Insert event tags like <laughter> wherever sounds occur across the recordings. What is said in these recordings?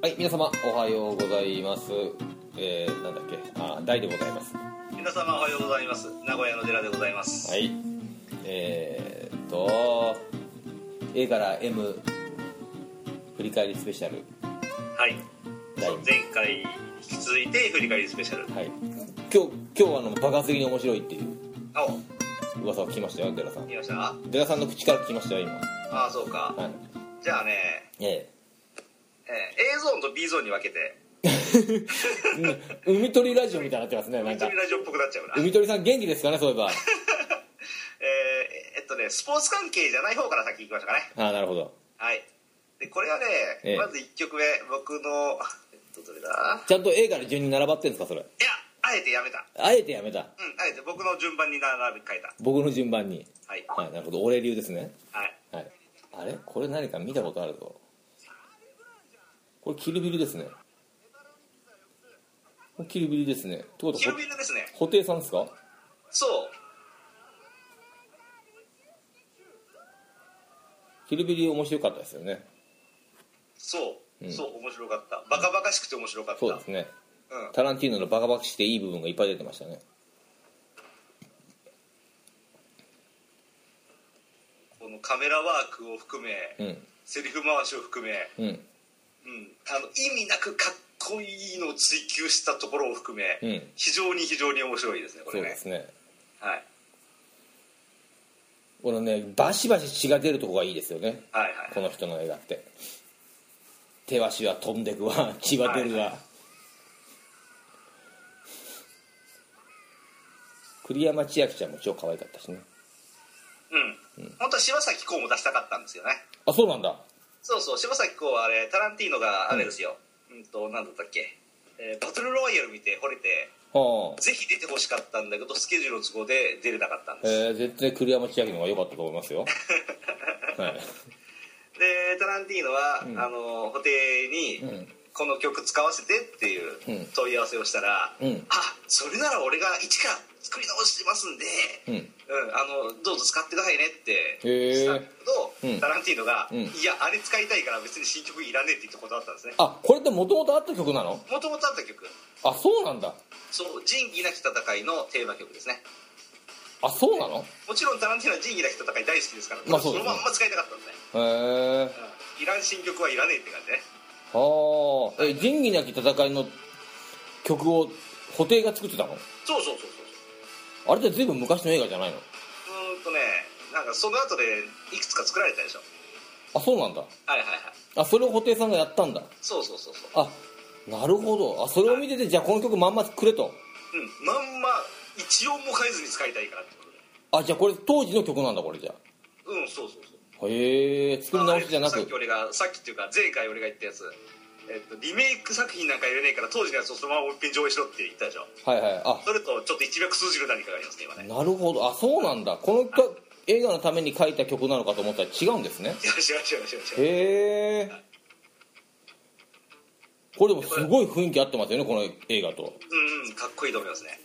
はい皆様おはようございますえー、なんだっけあ大でございますは皆様おはようございます名古屋の寺でございます、いえー、っと A から M 振り返りスペシャルはい第前回に引き続いて振り返りスペシャルはい今日今日はあの爆発的に面白いっていうあお噂を聞きましたよ寺さん見ました寺さんの口から聞きましたよ今ああそうかはいじゃあね、ええー A ゾーンと B ゾーンに分けてえ海鳥ラジオみたいになってますねなん一か人ラジオっぽくなっちゃうな、えー海鳥さん元気ですかねそういえばえっとねスポーツ関係じゃない方から先行きましたかねああなるほどはいでこれはね、ええまず1曲目僕のえっとどれだちゃんと A から順に並ばってんですかそれいやあえてやめたあえてやめたうんあえて僕の順番に並び替えた僕の順番にはいはいなるほど俺流ですねはいはいあれこれ何か見たことあるぞこれキルビルですねこれキルビルですねってことキルビルですね布袋さんですかそうキルビル面白かったですよねそう、うんそう面白かったバカバカしくて面白かったそうですねうんタランティーノのバカバカしていい部分がいっぱい出てましたねこのカメラワークを含め、うんセリフ回しを含め、うんうん、あの意味なくかっこいいのを追求したところを含め、うん非常に非常に面白いですねこそれうねですねはい、このねバシバシ血が出るとこがいいですよねはいはいこの人の映画って手足は飛んでく <laughs> わ血は出るわ、はい栗山千明ちゃんも超可愛かったしねうん、本当は柴咲コウも出したかったんですよねあそうなんだそうそう柴咲コウはあれタランティーノがあれですよ、うん、となんだったっけ、えーバトルロワイヤル見て惚れてはあぜひ出てほしかったんだけどスケジュールの都合で出れなかったんですえー、絶対栗山千明の方が良かったと思い <laughs> ますよはいでタランティーノは、んあの布袋に、うんこの曲使わせてっていううん問い合わせをしたら「うんあそれなら俺が一から作り直してますんで、うんうんあのどうぞ使ってくださいね」ってへえしたけど、うんタランティーノが「うんいやあれ使いたいから別に新曲いらねえ」って言ったことあったんですねあこれってもともとあった曲なのもともとあった曲あそうなんだそう「仁義なき戦い」のテーマ曲ですねあそうなのもちろんタランティーノは仁義なき戦い大好きですから、まあそうですねそのまんま使いたかったんですね、へえうん、いらん新曲はいらねえって感じねはあえ仁義なき戦いの曲を布袋が作ってたのそうそうそうそうあれって随分昔の映画じゃないのうーんとねなんかその後でいくつか作られたでしょあそうなんだはいはいはいあそれを布袋さんがやったんだそうそうそうそうあなるほどあそれを見ててじゃあこの曲まんまくれとうんまんま一音も変えずに使いたいからってことあじゃあこれ当時の曲なんだこれじゃでうんそうそうそあうへえ作り直しじゃなさくっき俺がさっきっていうか前回俺が言ったやつえっと、リメイク作品なんか入れねえから当時のやつをそのままもう一遍上映しろって言ったでしょはいはいあそれとちょっと一脈通じる何かがありますね今ねなるほどあそうなんだこのか映画のために書いた曲なのかと思ったら違うんですね違う違う違へう違う違うえこれでもすごい雰囲気合ってますよねこの映画とうんうんかっこいいと思いますね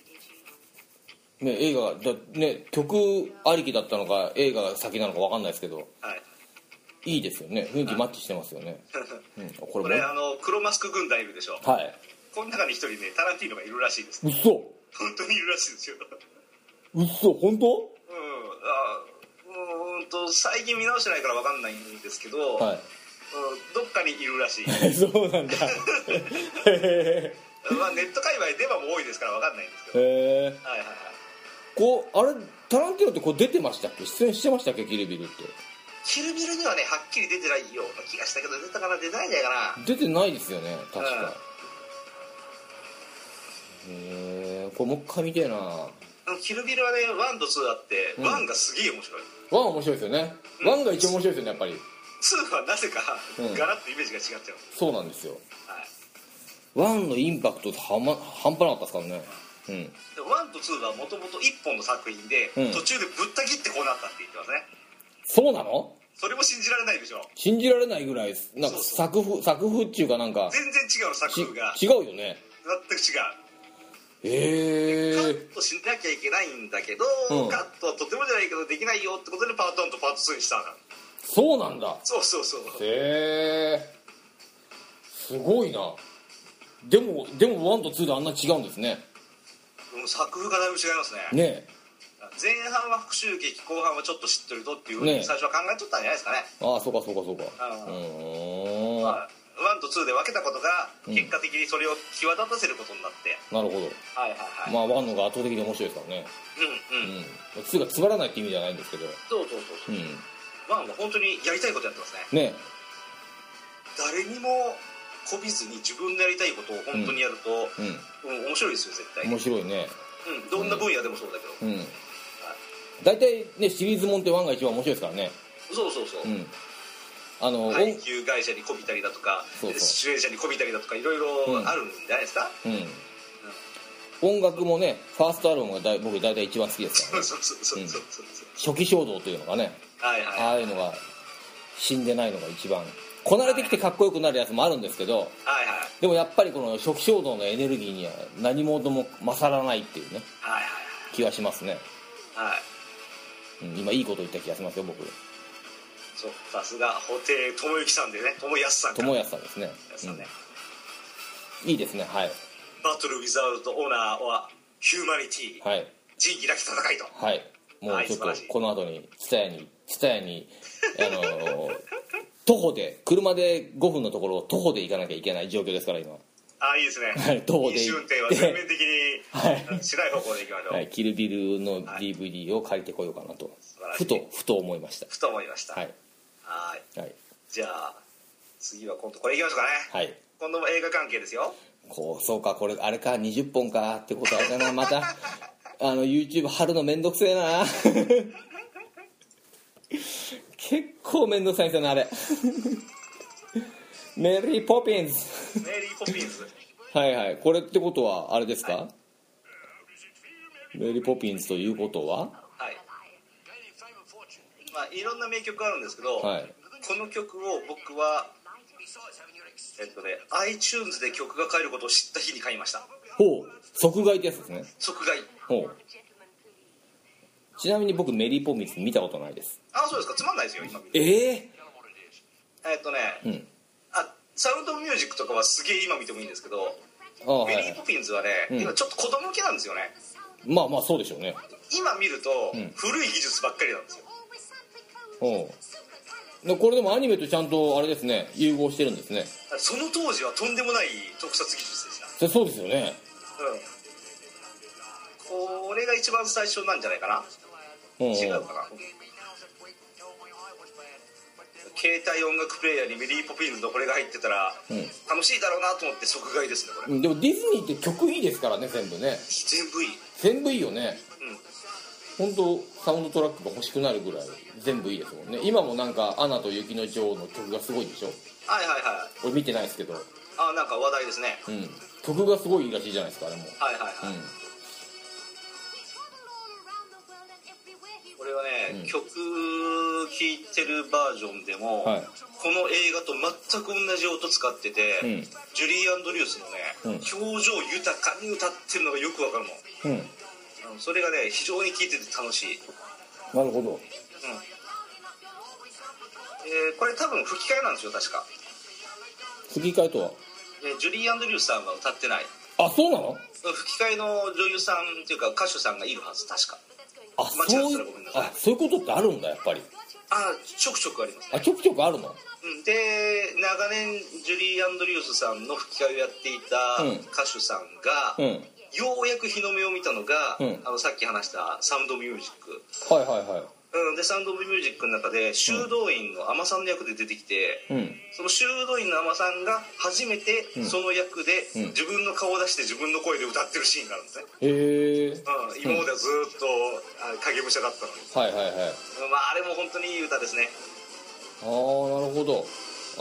ね映画がだね曲ありきだったのか映画が先なのか分かんないですけど <laughs> はいいいですよね雰囲気マッチしてますよね、うん、ここれれもあの黒マスク軍団いるでしょはいこの中に一人ねタランティーノがいるらしいです嘘本当にいるらしいですよ嘘本当うんあうーんと最近見直してないから分かんないんですけど、はうんどっかにいるらしい、 <laughs> い <laughs> そうなんだへまあ、ネット界隈ではもう多いですから分かんないんですけどえはいはいはいこうあれタランティーノってこう出てましたっけ出演してましたっけキルビルってキルビルにはねはっきり出てないような気がしたけど出たかな出てないんじゃないかな出てないですよね確かへえこれもう一回見てえなワあのキルビルはね1と2あって、うん1がすげえ面白いン面白いですよねワンが一番面白いですよねやっぱり2はなぜか、うんガラッとイメージが違っちゃう、そうなんですよはい、ワンのインパクトは、ま、半端なかったですからねうんで1と2はもともと1本の作品で、うん途中でぶった切ってこうなったって言ってますねそうなのそれも信じられないでしょ信じられないぐらいなんかそうそう作風作風っていうかなんか全然違うち作風が違うよね全く違うええカットしなきゃいけないんだけど、うんカットはとてもじゃないけどできないよってことでパート1とパート2にしたんだそうなんだそうそうそうへえすごいなでもでもワンとツーであんな違うんですねもう作風がだいぶ違いますねねえ前半は復讐劇後半はちょっとしっとりとっていうふうにね最初は考えとったんじゃないですかねああそうかそうかそうかあうあーんまあ1と2で分けたことがうん結果的にそれを際立たせることになって、なるほどはいはいはい、まあワンの方が圧倒的に面白いですからねうんうん、うんツーがつまらないって意味じゃないんですけどそうそうそううんワンは本当にやりたいことやってますねね誰にもこびずに自分でやりたいことを本当にやると、えうん面白いですよ絶対、うんうん、面白いねどんな分野でもそうだけど、うん大体ねシリーズもんってワンが一番面白いですからねそうそうそううんあの、音配給会社にこびたりだとかそうそう主演者にこびたりだとかいろいろあるんじゃないですか、 <laughs> うん、音楽もねファーストアルバムがだい僕大体一番好きですから、ね、そうそうそうそうそうそう初期衝動というのがねはいはいあはいあいうのが死んでないのが一番こなれてきてかっこよくなるやつもあるんですけどはいでもやっぱりこの初期衝動のエネルギーには何もとも勝らないっていうねはいはい気はしますね、はいはいうん、今いいこと言った気がしますよ僕そうさすが布袋智之さんでね智康さんから友安さんですねやつだね、うん、いいですねはいバトル・ウィザード・オーナーはヒューマニティ、はい仁義なき戦いとはいもうちょっとはい素晴らしいこの後に蔦屋に蔦屋にあのー <laughs> 徒歩で車で5分のところを徒歩で行かなきゃいけない状況ですから今ああいいですね、はい徒歩で飲酒運行っ転はて全面的に、 <laughs> はしない方向で行きましょう、はい、キルビルの DVD を借りてこようかなと素晴らしいふとふと思いましたふと思いましたはいはーいはいじゃあ次は今度これいきましょうかね、はい今度も映画関係ですよこうそうかこれあれか20本かってことあれかなまた <laughs> あの YouTube 貼るのめんどくせえな <laughs> 結構めんどくさいんですよねあれ <laughs> メリー・ポピンズメリー・ポピンズはいはいこれってことはあれですかメリー・ポピンズということははいまあいろんな名曲があるんですけど、はいこの曲を僕はえっとね iTunes で曲が買えることを知った日に買いましたほう即買いってやつですね即買いほうちなみに僕メリー・ポピンズ見たことないですあそうですかつまんないですよ今見てえええっとね、うんあサウンドミュージックとかはすげえ今見てもいいんですけど、ああはメい、はリー・いポ、ピンズはね、うん今ちょっと子供向けなんですよねまあまあそうでしょうね今見るとん古い技術ばっかりなんですよ、おうでこれでもアニメとちゃんとあれですね融合してるんですねその当時はとんでもない特撮技術でした、そそうですよねうん、これが一番最初なんじゃないかなうんうん違うかな携帯音楽プレイヤーにメリー・ポピンズのこれが入ってたらうん楽しいだろうなと思って即買いですねこれうんでもディズニーって曲いいですからね全部ね全部いい、全部いいよねうん、本当サウンドトラックが欲しくなるぐらい全部いいですもんね今もなんか「アナと雪の女王」の曲がすごいでしょはいはいはい俺見てないですけど、あなんか話題ですねうん、曲がすごいいいらしいじゃないですかあれもはいはいはい、うこれはね、うん曲聴いてるバージョンでも、はいこの映画と全く同じ音使ってて、うんジュリー・アンドリュースのね、うん表情豊かに歌ってるのがよくわかるもん、んうん、うんそれがね非常に聴いてて楽しい、なるほどえーこれ多分吹き替えなんですよ確か、吹き替えとはえージュリー・アンドリュースさんは歌ってないあそうなの吹き替えの女優さんっていうか歌手さんがいるはず確かあ間違そういってたらごうめんなさいあそういうことってあるんだやっぱりああちょくちょくありますあちょくちょくあるのうんで長年ジュリー・アンドリュースさんの吹き替えをやっていたうん歌手さんうが、んようやく日の目を見たのが、うんあのさっき話したサウンドミュージック、はいはいはうん、でサウンドミュージックの中で修道院の海女さんの役で出てきて、いうんその修道院の海女さんが初めてうんその役でうん自分の顔を出して自分の声で歌ってるシーンがあるんですね、へえうん、今まではずーっとあ影武者だったのに、はいはいはいあうんまあ、あれも本当にいい歌ですねあーなるほど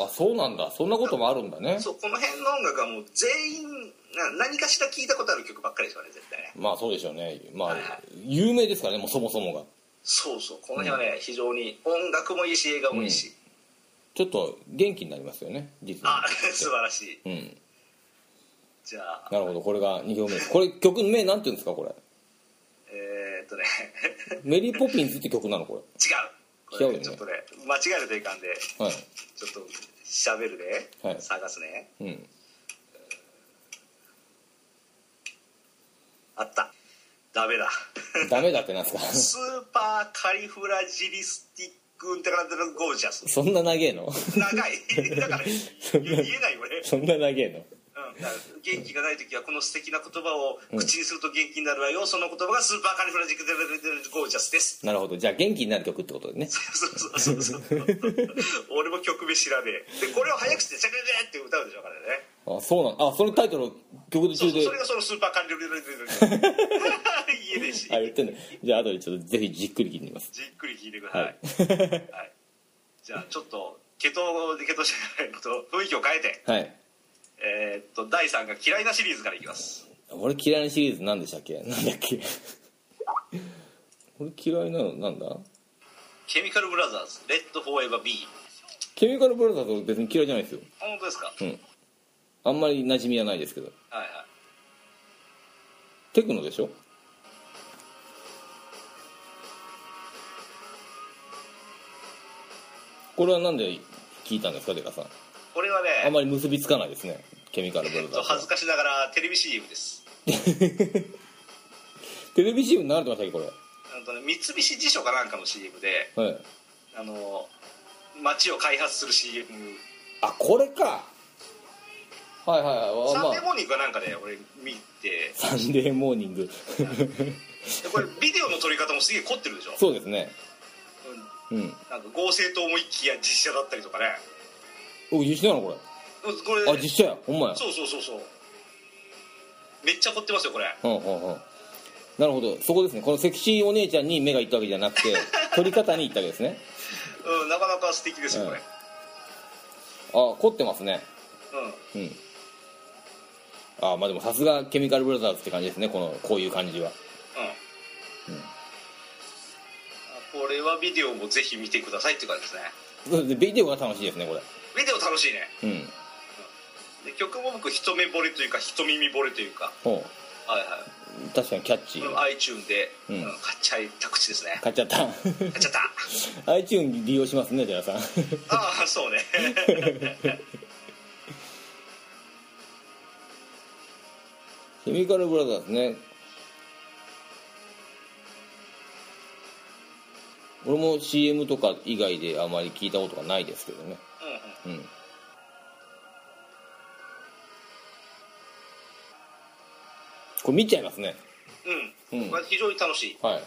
あそうなんだそんなこともあるんだねそうこの辺の音楽はもう全員な何かしら聞いたことある曲ばっかりですよね絶対ねまあそうでしょうねまあはいはい有名ですからねもうそもそもがそうそうこの辺はね、非常に音楽もいいし映画もいいし、ちょっと元気になりますよね実あは <laughs> 素晴らしういんじゃあなるほどこれが2行目ですこれ曲名なんて言うんですかこれえー、っとね <laughs> 「メリー・ポピンズ」って曲なのこ違うこれ違うよねちょっとね間違えるといかんでれはいちょっと喋るで、はい探すねうんあったダ <laughs> メだダメだってなんすかスーパーカリフラジリスティックンテカラテラゴージャス <laughs> そんな長えの <laughs> 長いだから言えないよねそんな長えのうん、だから元気がない時はこの素敵な言葉を口にすると元気になるわよ、その言葉がスーパーカリフラジックデルデルゴージャスですなるほどじゃあ元気になる曲ってことでねそうそうそうそう俺も曲名知らねえでこれを早くして「チャカチャって歌うでしょからねあそうなんあそのタイトル曲でそ中うそうでそれがそのスーパーカリフラジックデルデル <laughs> 言えねえしあ言ってんだじゃあ後でちょっとぜひじっくり聞いてみますじっくり聞いてください、はい、じゃあちょっと毛頭で毛頭じゃないと雰囲気を変えてはいえーっと第3が嫌いなシリーズからいきます俺嫌いなシリーズ何でしたっけなんだっけ <laughs> 俺嫌いなのなんだケミカルブラザーズレッドフォーエバー B ケミカルブラザーズは別に嫌いじゃないですよ本当ですか、うんあんまり馴染みはないですけどはいはいテクノでしょこれはなんで聞いたんですかデカさんこれはねあんまり結びつかないですねケミカルブえラっザとーズは恥ずかしながらテレビ CM です <laughs> テレビ CM に流れてましたっけこあの、ね、三菱地所かなんかの CM でれはいあの街を開発する CM あこれかはいはいはいサンあデーまあモーニングかなんかで俺見てサンデーモーニング <laughs> でこれビデオの撮り方もすげえ凝ってるでしょ、そうですねうん、うんなんか合成と思いきや実写だったりとかねお実写なのこうんこれれあ実写やほんまやそうそうそうそうめっちゃ凝ってますよこれうんうんうんなるほどそこですねこのセクシーお姉ちゃんに目がいったわけじゃなくて撮り方にいったわけですねうんなかなか素敵ですよこれ、あ凝ってますねうんうんあまあでもさすがケミカルブラザーズって感じですねこのこういう感じはうん、これはビデオもぜひ見てくださいっていう感じですねそうでビデオが楽しいですねこビデオ楽しいねれうんで曲も僕一目惚れというか一耳惚れというかほはいはう確かにキャッチい、ーこれも iTune で、うんうん買っちゃいた口ですね買っちゃった <laughs> 買っちゃった iTunes 利用しますね寺さん <laughs> <laughs> ああそうねケミカルブラザーズね俺も CM とか以外であまり聞いたことがないですけどねうんうんうんこれ見ちゃいますねうん、うんこれ非常に楽しいはい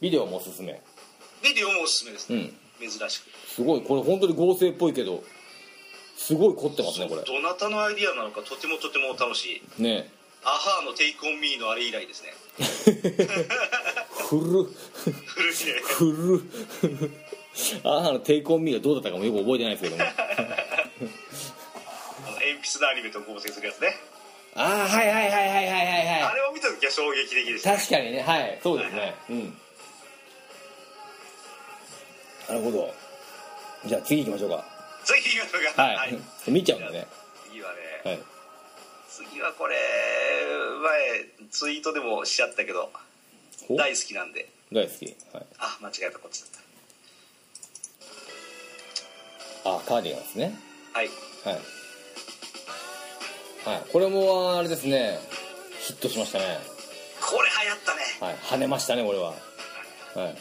ビデオもおすすめビデオもおすすめですうね、ん珍しくすごいこれ本当に合成っぽいけどすごい凝ってますねこれどなたのアイディアなのかとてもとても楽しいねアハーの「テイクオンミーのあれ以来 <laughs> ですね古っ古いね古っ <laughs> あーのテイクオンミーがどうだったかもよく覚えてないですけどもあの鉛筆のアニメと合成するやつねあ <laughs> あはいはいはいはいはいはいあはいれを見た時は衝撃的でした確かにねはいそうですねうんなるほどじゃあ次行きましょうか次いきましょうかはい、見ちゃうんだね次はね、はい次はこれ前ツイートでもしちゃったけどお大好きなんで大好き、はい、あ間違えたこっちだっあカーディガンですねたはいはい、はい、これもあれですねヒットしましたねこれ流行ったねはい跳ねましたねこれははい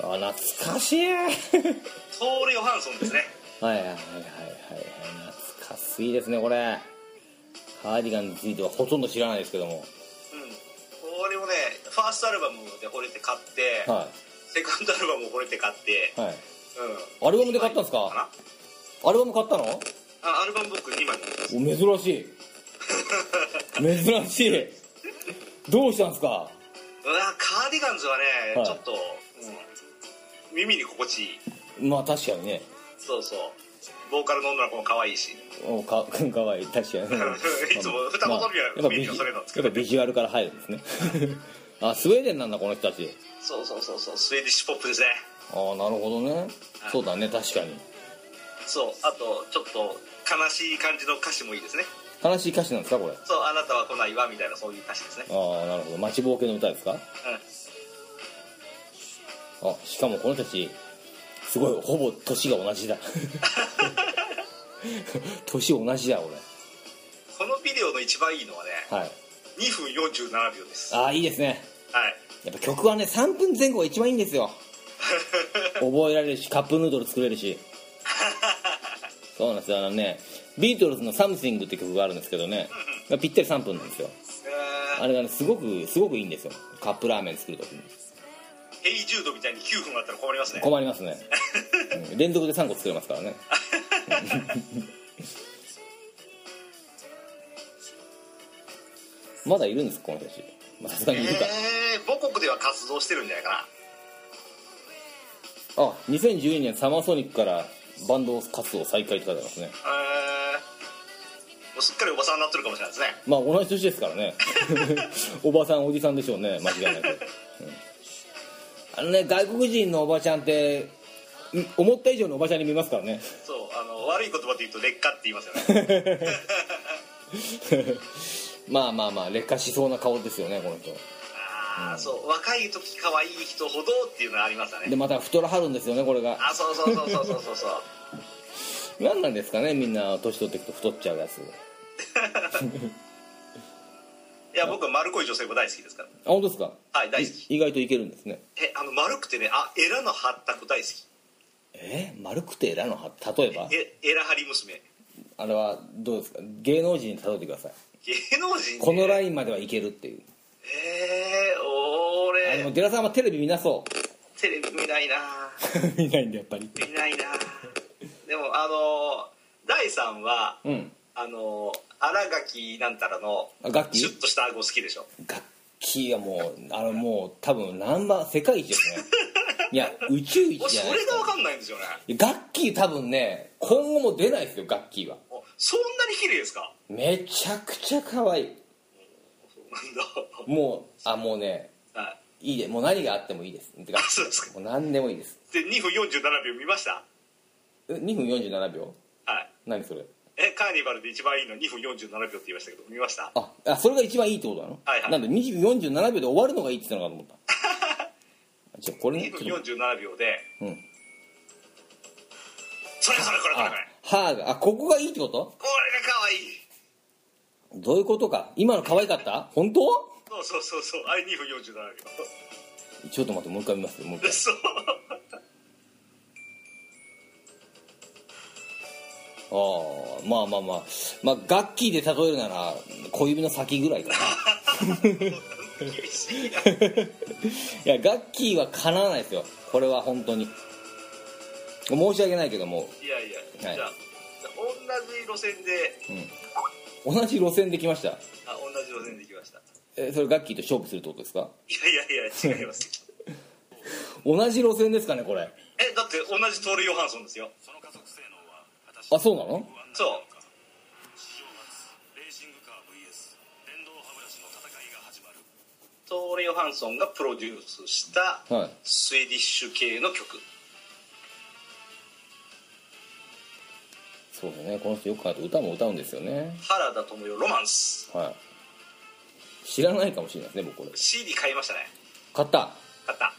あ懐かしいはいトール・ヨハンソンですねはいはいはいはい懐かしいですねこれカーディガンについてはほとんど知らないですけどもうん俺もねファーストアルバムで惚れて買って、はセカンドアルバムも惚れて買っていはいうんアルバムで買ったんですかかなアルバム買ったのあアルバム僕2枚持ってますお珍しい珍しいどうしたんですかうわカーディガンズはね、はいちょっと、うん耳に心地いいまあ確かにねそうそうボーカルの女の子も可愛いしおか <laughs> かわいい確かに <laughs> いつも双子取りはまあやっぱ見ビえるよジそれなんですけやっぱビジュアルから入るんですね <laughs> あスウェーデンなんだこの人たちそうそうそうそうスウェーディッシュポップですねああなるほどねそうだね確かにそうあとちょっと悲しい感じの歌詞もいいですね悲しい歌詞なんですかこれそうあなたは来ないわみたいなそういう歌詞ですねああなるほど待ちぼうけの歌ですかうあしかもこの人たちすごいほぼ年が同じだ <laughs> 年同じだ俺このビデオの一番いいのはねはい2分47秒ですはああいいですねいやっぱ曲はね3分前後が一番いいんですよ覚えられるしカップヌードル作れるしそうなんですよあのねビートルズの「サムシング」って曲があるんですけどねぴったり3分なんですよえーあれがねすごくすごくいいんですよカップラーメン作るときにヘイジュードみたいに9分あったら困りますね困りますね、うん連続で3個作れますからね <laughs> まだいるんですこの人たちまあさすがにいるか、えー、母国では活動してるんじゃないかなあ2012年サマーソニックからバンド活動再開って書いてありますねえー、もうすっかりおばさんになってるかもしれないですねまあ同じ年ですからね <laughs> おばさんおじさんでしょうね間違いなく、うんあのね外国人のおばちゃんってうん思った以上のおばちゃんに見ますからねそうあの悪い言葉で言うと劣化って言いますよ <laughs> ねまあまあまあ劣化しそうな顔ですよねこの人ああそう若い時可愛い人ほどっていうのはありますよでねまた太らはるんですよねこれがあそうそうそうそうそうそうそう何なんですかねみんな年取ってくと太っちゃうやついや僕は丸っこい女性も大好きですからあ本当ですかはい大好き意外といけるんですねえあの丸くてねあエラの張った子大好きえー、丸くてエラの葉例えばえエラ張り娘あれはどうですか芸能人に例えてください芸能人ねこのラインまではいけるっていうえー、あでも俺デラさんはテレビ見なそテレビ見ないなう <laughs> 見ないんでやっぱり見ないなでもあの第3はうんあの新垣なんたらのあ楽器シュッとした顎好きでしょ楽器はもうあのもう多分ナンバー世界一です <laughs> ねいや宇宙一俺じゃないそでれすが分かかんないんですよねいや楽器多分ね今後も出ないですよ楽器はおそんなに綺麗ですかめちゃくちゃ可愛いそうなんもうあもうねだはいいいでもう何があってもいいですてかあそうですかもう何でもいいですで2分47秒見ましたえ2分47秒はい何それえカーニバルで一番いいの2分47秒って言いましたけど見ましたああそれが一番いいってことなの、はいはいなんで2分47秒で終わるのがいいって言ったのかと思った <laughs> じゃあこれね2ちょ分っと47秒でうんそれそれこれこれあこれ歯があここがいいってことこれが可愛いどういうことか今の可愛かった本当そうそうそうそうあれ2分47秒ちょっと待ってもう一回見ますよもう一回 <laughs> そうああまあまあまあまあ楽器で例えるなら小指の先ぐら <laughs> いかな厳し <laughs> いないや楽器はかなわないですよこれは本当に申し訳ないけどもいやいや、はいじゃあ同じ路線で同じ路線で来ましたあ同じ路線で行きましたえそれガッキーと勝負するってことですかいやいやいや違います <laughs> 同じ路線ですかねこれえだって同じトール・ヨハンソンですよあそうなのそうトーレ・ヨハンソンがプロデュースしたはいスウェディッシュ系の曲そうだねこの人よく書いて歌も歌うんですよね原田知世ロマンスはい知らないかもしれないですね僕これ CD 買いましたね買った買った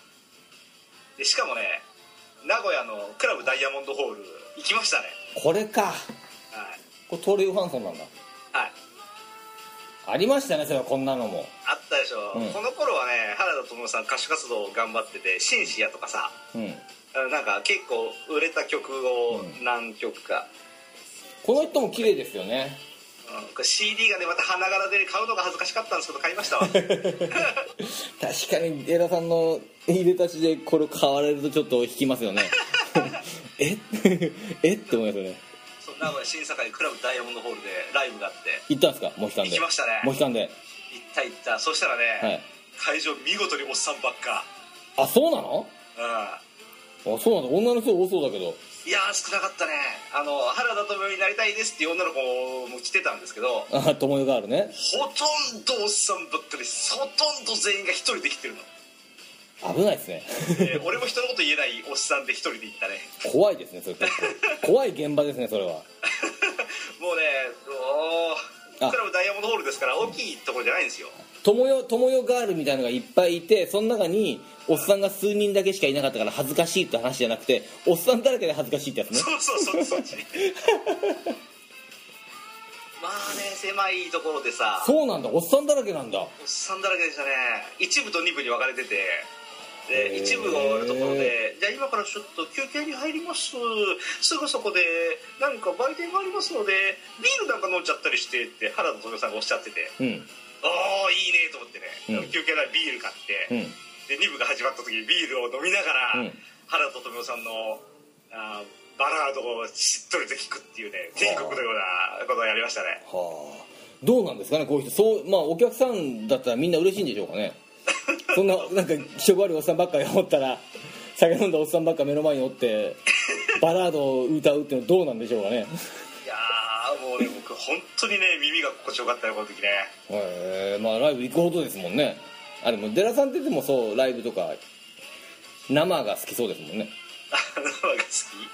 でしかもね名古屋のクラブダイヤモンドホール行きましたねこれかはいこれトーレ・ヨハンソンなんだはいありましたねそれはこんなのもあったでしょ、うんこの頃はね原田知世さん歌手活動を頑張ってて「シンシア」とかさうんあなんか結構売れた曲をうん何曲か、この人も綺麗ですよねうんこれ CD がねまた花柄で買うのが恥ずかしかったんですけど買い <laughs> ましたわ確かにエラさんの入れたちでこれ買われるとちょっと引きます <laughs> よねえ <laughs> えって思いますよねそう名古屋新坂にクラブダイヤモンドホールでライブがあって行ったんですかモヒカンで行きましたねモヒカンで行った行ったそしたらね、はい会場見事におっさんばっかあそうなのうあそうなんだ女の人多そうだけどんいやー少なかったねあの原田知世になりたいですっていう女の子も来てたんですけどあ友よがあるねほとんどおっさんばっかりですほとんど全員が一人で来てるの、危ないですね <laughs> えー俺も人のこと言えないおっさんで一人で行ったね怖いですねそれ結構怖い現場ですねそれはもうねおーあクラブダイヤモンドホールですから大きいところじゃないんですよ友よ友よガールみたいのがいっぱいいてその中におっさんが数人だけしかいなかったから恥ずかしいって話じゃなくておっさんだらけで恥ずかしいってやつねそうそうそうそっちまあね狭いところでさおっそうなんだおっさんだらけなんださんだらけでしたね一部と二部に分かれててへでー一部が終わるところで「じゃあ今からちょっと休憩に入りますすぐそこで何か売店がありますのでビールなんか飲んじゃったりして」って原田知世さんがおっしゃっててうん「ああいいね」と思ってね、うん休憩ならビール買って、うんで2部が始まった時にビールを飲みながら、うん原田知世さんのあーバラードをしっとりと聴くっていうね天国のようなことをやりましたねはあどうなんですかねこういう人そうまあお客さんだったらみんな嬉しいんでしょうか <laughs> ねそんななんか気色悪いおっさんばっかりおったら酒飲んだおっさんばっか目の前におってバラードを歌うっていうのはどうなんでしょうかねいやーもうね僕本当にね耳が心地よかったよこの時ねへえまあライブ行くほどですもんねあでもデラさんってでもそうライブとか生が好きそうですもんねあ生が好う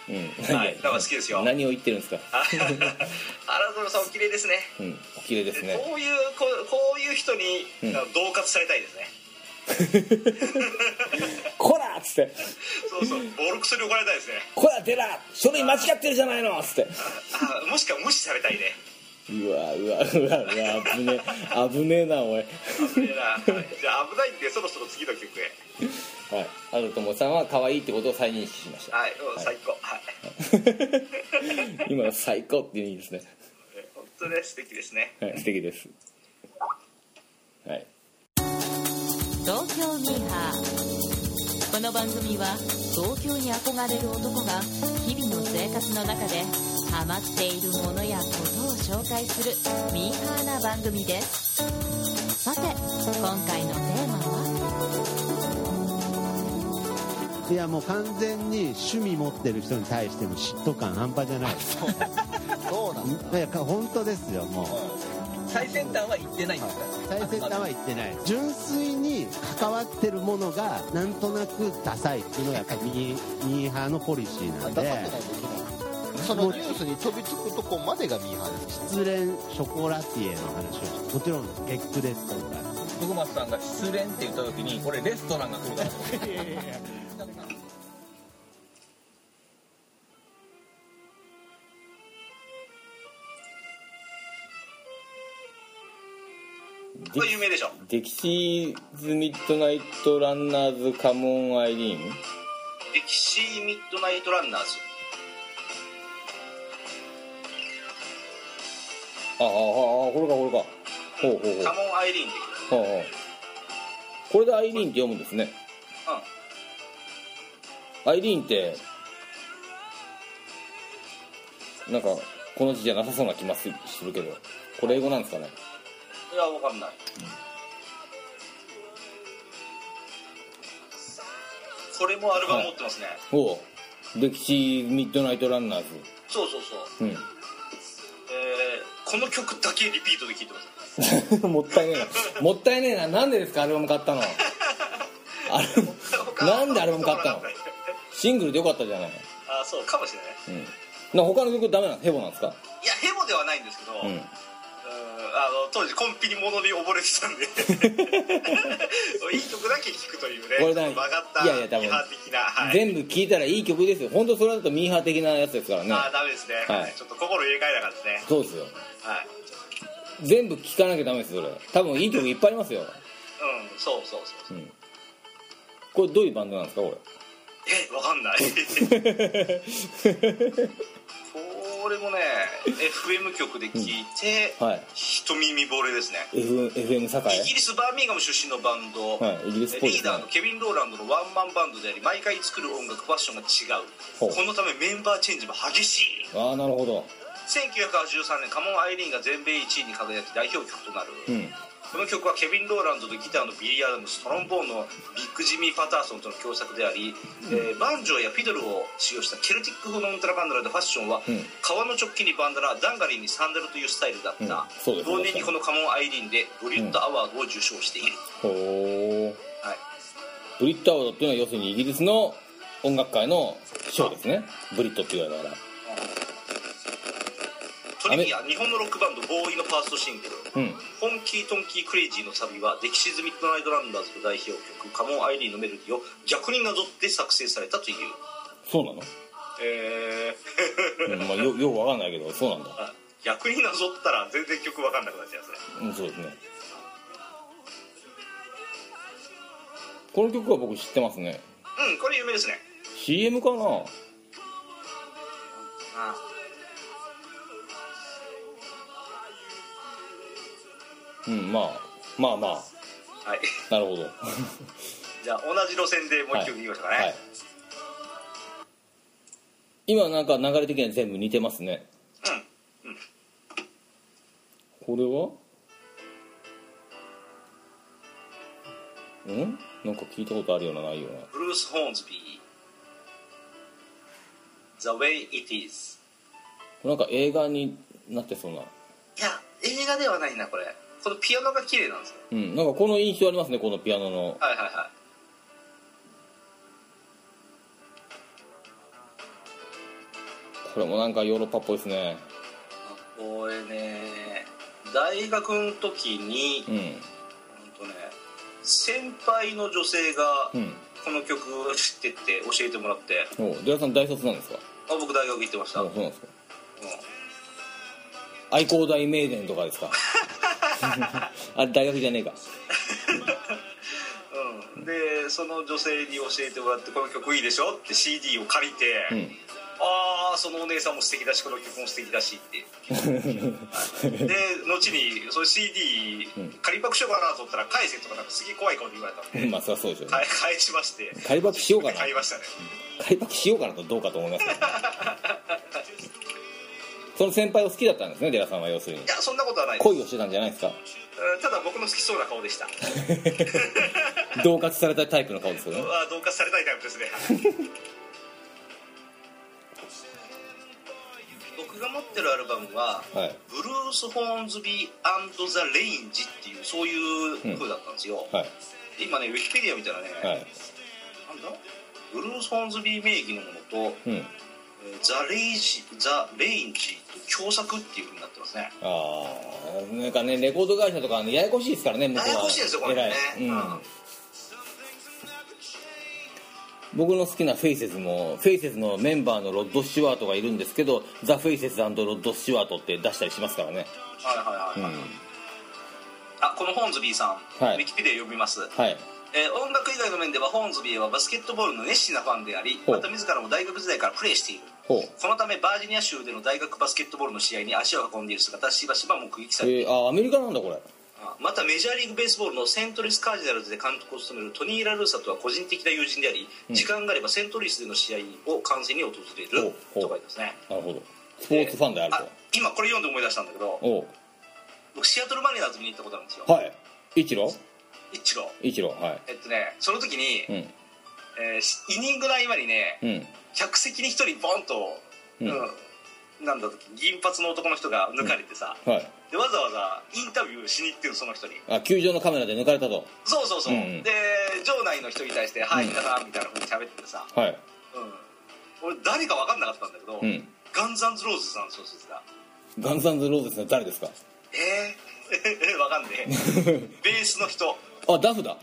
き、んはい生好きです <laughs> よ原 <laughs> 何を言ってるんですか田知世さんお綺麗ですねうんお綺麗ですねこういうこうこういう人に、うんあの恫喝されたいですねこらっつってそ <laughs> うそうボロクソに怒られたいですねこらデラ書類間違ってるじゃないのっつってあもしくは無視されたいねうわうわうわうわ危ねえ危ねえなおいはい危ねえなじゃあ危ないんでそろそろ次の曲へあるともさんは可愛いってことを再認識しましたはい、もう最高はい今の最高っていうのいいですね本当ね素敵ですねはい素敵ですはい東京ミーハーこの番組は東京に憧れる男が日々の生活の中でハマっているものやことを紹介するミーハーな番組ですさて今回のテーマはいやもう完全に趣味持ってる人に対しての嫉妬感半端じゃないそうなんだいやか本当ですよもう最先端は行ってないんですから最先端は言ってない純粋に関わってるものがなんとなくダサいっていうのがやっぱミーミーハーのポリシーなん出さってでないといけないそのニュースに飛びつくとこまでがミーハーです失恋ショコラティエの話をしてもちろん月句ですとか徳松さんが失恋って言った時に俺レストランが来るからと思ってこれ有名でしょデキシーズミッドナイトランナーズカモンアイリーン歴史ミッドナイトランナーズああああこれかこれかほうほうほうカモンアイリーンって曲ほうほうこれでアイリーンって読むんですねアイリーンってなんかこの字じゃなさそうな気もするけどこれ英語なんですかねうんいやわかんないこれもアルバム持ってますね、おう歴史ミッドナイトランナーズそうそうそう、うえーこの曲だけリピートで聴いてますん <laughs> もったいねえなもったいねえななんでですかアルバム買った <laughs> のあれなんでアルバム買ったのシングルでよかったじゃない、あそうかもしれないうん、な他の曲ダメなのヘボなんですかいやヘボではないんですけど、うんうんあの当時コンビニ物に溺れてた <laughs> んでいい曲だけ聴くというねこれ何曲がったいやいや多分ミーハー的な、はい、全部聴いたらいい曲ですよ本当それだとミーハー的なやつですからねああダメですね、はいちょっと心入れ替えなかったですねそうですよはい全部聴かなきゃダメですそれ多分いい曲いっぱいありますよ、うんそうそうそう、うそうんこれどういうバンドなんですかこえわかんない <laughs> れこれもね FM 局で聴いて、はい一耳惚れですね F- FM イ堺ギリスバーミンガム出身のバンド、はいイギリスっぽいですリーねダーのケビン・ローランドのワンマンバンドであり毎回作る音楽ファッションが違うほうこのためメンバーチェンジも激しいああなるほど1983年カモン・アイリーンが全米1位に輝き代表曲となうる、んこの曲はケビン・ローランドとギターのビリー・アダムストロンボーンのビッグ・ジミー・パターソンとの共作であり、えーバンジョーやフィドルを使用したケルティック風のウンタラバンダラでファッションは、うん革の直帰にバンダラダンガリーにサンダルというスタイルだった、うんそうです同年にこの「カモン・アイリーン」でブリュット・アワードを受賞している、ほうはい、ブリットアワードっていうのは要するにイギリスの音楽界の賞ですねブリットって言われたからとトリビア日本のロックバンドボーイのファーストシングルう「んホンキートンキークレイジー」のサビは「デキシーズ・ミッドナイト・ランダーズ」の代表曲「カモン・アイリーン」のメロディーを逆になぞって作成されたというそうなのえうんまあ、よよくわかんないけどそうなんだ、ー、逆になぞったら全然曲わかんなくなっちゃうそれうん、そうですねこの曲は僕知ってますねうんこれ有名ですね CM かなあうんまあまあまああはい <laughs> なるほどはじゃあ同じ路線でもう一曲言いましょうかいね、今なんか流れ的には全部似てますねこれはんなんか聞いたことあるようなないようなブルース・ホーンズビー「The Way It Is なんか映画になってそうな」いや映画ではないなこれこのピアノが綺麗なんですようんなんかこの印象ありますねこのピアノのはいはいはいこれもなんかヨーロッパっぽいですねこれね大学の時に、うんほんとね先輩の女性がうんこの曲を知ってって教えてもらっておデラさん大卒なんですかあ僕大学行ってましあそた、ううんなんですか愛工大名電とかですか <laughs> あれ大学じゃねえかうんでその女性に教えてもらってこの曲いいでしょって CD を借りて、うんああそのお姉さんも素敵だしこの曲も素敵だ <laughs> しってはいで後にその CD うん借りパクしようかなと思ったら返せとかなんかすげえ怖い顔で言われたんでまあそりゃそうでしょうね返返しまして借りパクしようかな買いましたね開幕しようかなとどうかと思いますけどその先輩を好きだったんですねデラさんは要するにいやそんなことはないです恋をしてたんじゃないですかうんただ僕の好きそうな顔でしたあ同喝されたタイプの顔ですよねー同化されたいタイプですね <laughs> 僕が持ってるアルバムははいブルース・ホーンズビーザ・レインジっていうそういう風だったんですよ、はい今ねウィキペディア見たらね、はいなんだブルース・ホーンズビー名義のものと、うんえーザ・レイジザ・レインジと共作っていう風になってますねああなんかねレコード会社とかねややこしいですからね向こうはややこしいですよこれね偉い、うんうん僕の好きなフェイセスもフェイセスのメンバーのロッド・シュワートがいるんですけどザ・フェイセスロッド・シュワートって出したりしますからね、はいはいはい、うん、はいあこのホーンズビーさん、はいウィキペディア読みますはいえー音楽以外の面ではホーンズビーはバスケットボールの熱心なファンでありほうまた自らも大学時代からプレーしているほうこのためバージニア州での大学バスケットボールの試合に足を運んでいる姿はしばしば目撃されていえるー、あーアメリカなんだこれあまたメジャーリーグベースボールのセントルイス・カージナルズで監督を務めるトニー・ラルーサとは個人的な友人であり、時間があればセントルイスでの試合を観戦に訪れるほうほうと書いてますねなるほどスポーツファンであるあ今これ読んで思い出したんだけどとおう僕シアトル・マリナーズ見に行ったことあるんですよ、はい一郎一郎一郎はえっとねその時に、いえーしイニングの合間にねうんうん客席に一人ボンと、うんうんなんだっけ銀髪の男の人が抜かれてさ、はいでわざわざインタビューしに行ってるその人にあ球場のカメラで抜かれたとそうそうそう、うんうんで場内の人に対して「はい皆さん」みたいなふうに喋っててさ、はい俺誰か分かんなかったんだけど、うんガンズ・アンズ・ローズさんの小説だガンサンズ・ローゼスの誰ですかえー、 <laughs> 分かん <laughs> ねえベースの人あダフだ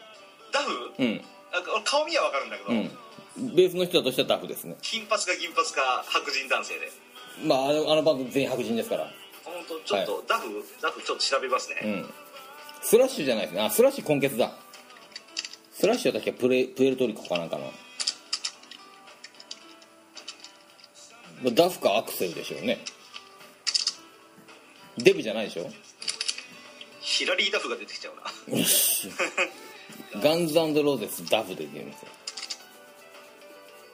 ダフうんあ俺顔見は分かるんだけど、うんベースの人だとしてはダフですね金髪か銀髪か白人男性でまああのあのバンド全員白人ですから本当ちょっと、ダフダフちょっと調べますね、うんスラッシュじゃないですねあスラッシュ根血だスラッシュだけはプレプエルトリコかなんかのまあダフかアクセルでしょうねデブじゃないでしょヒラリー・ダフが出てきちゃうなガンズローゼスダフで出ますよ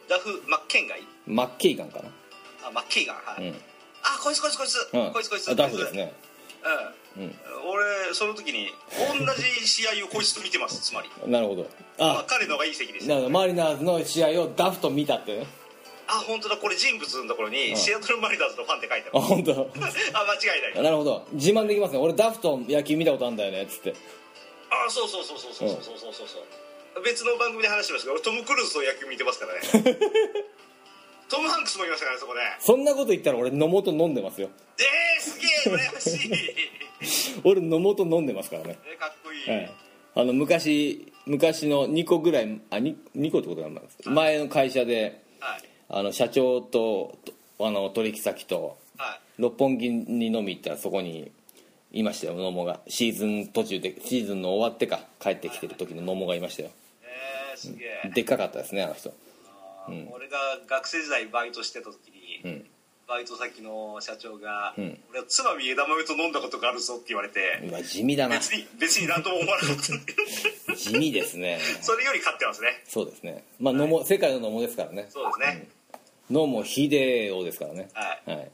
ダフマッケンガイマッケイガンかなあマッケイガンはい、うんあこいつこいつこいつ、うんこいつこいつあダフですねうん、俺その時に同じ試合をこいつと見てますつまりなるほどまああ、彼の方がいい席でしたなるほどマリナーズの試合をダフと見たってねあ本当だこれ人物のところに、んシアトルマリナーズのファンって書いてあある本当。あ間違いないなるほど自慢できますね俺ダフと野球見たことあるんだよねっつってあそうそうそうそうそうそうそうそうそう別の番組で話しましたけど俺トム・クルーズと野球見てますからねトム・ハンクスもいましたからねそこでそんなこと言ったら俺野本飲んでますよえー、すげえ羨ましいね俺野本飲んでますからね、かっこいい、はい、あの昔昔の2個ぐらいあ 2, 2個ってことなんです前の会社ではいあの社長ととあの取引先とはい六本木に飲み行ったらそこにいましたよ野茂がシーズン途中でシーズンの終わってか帰ってきてる時の野茂がいましたよえー、すげえ、でっかかったですねあの人俺が学生時代バイトしてた時に、んバイト先の社長が、ん俺はつまみ枝豆と飲んだことがあるぞって言われて、うわ地味だな別に別に何とも思わなか <laughs> ったんで地味ですねそれより勝ってますねそうですねまあ野茂世界の野茂ですからねそうですね、野茂秀夫ですからねはいはい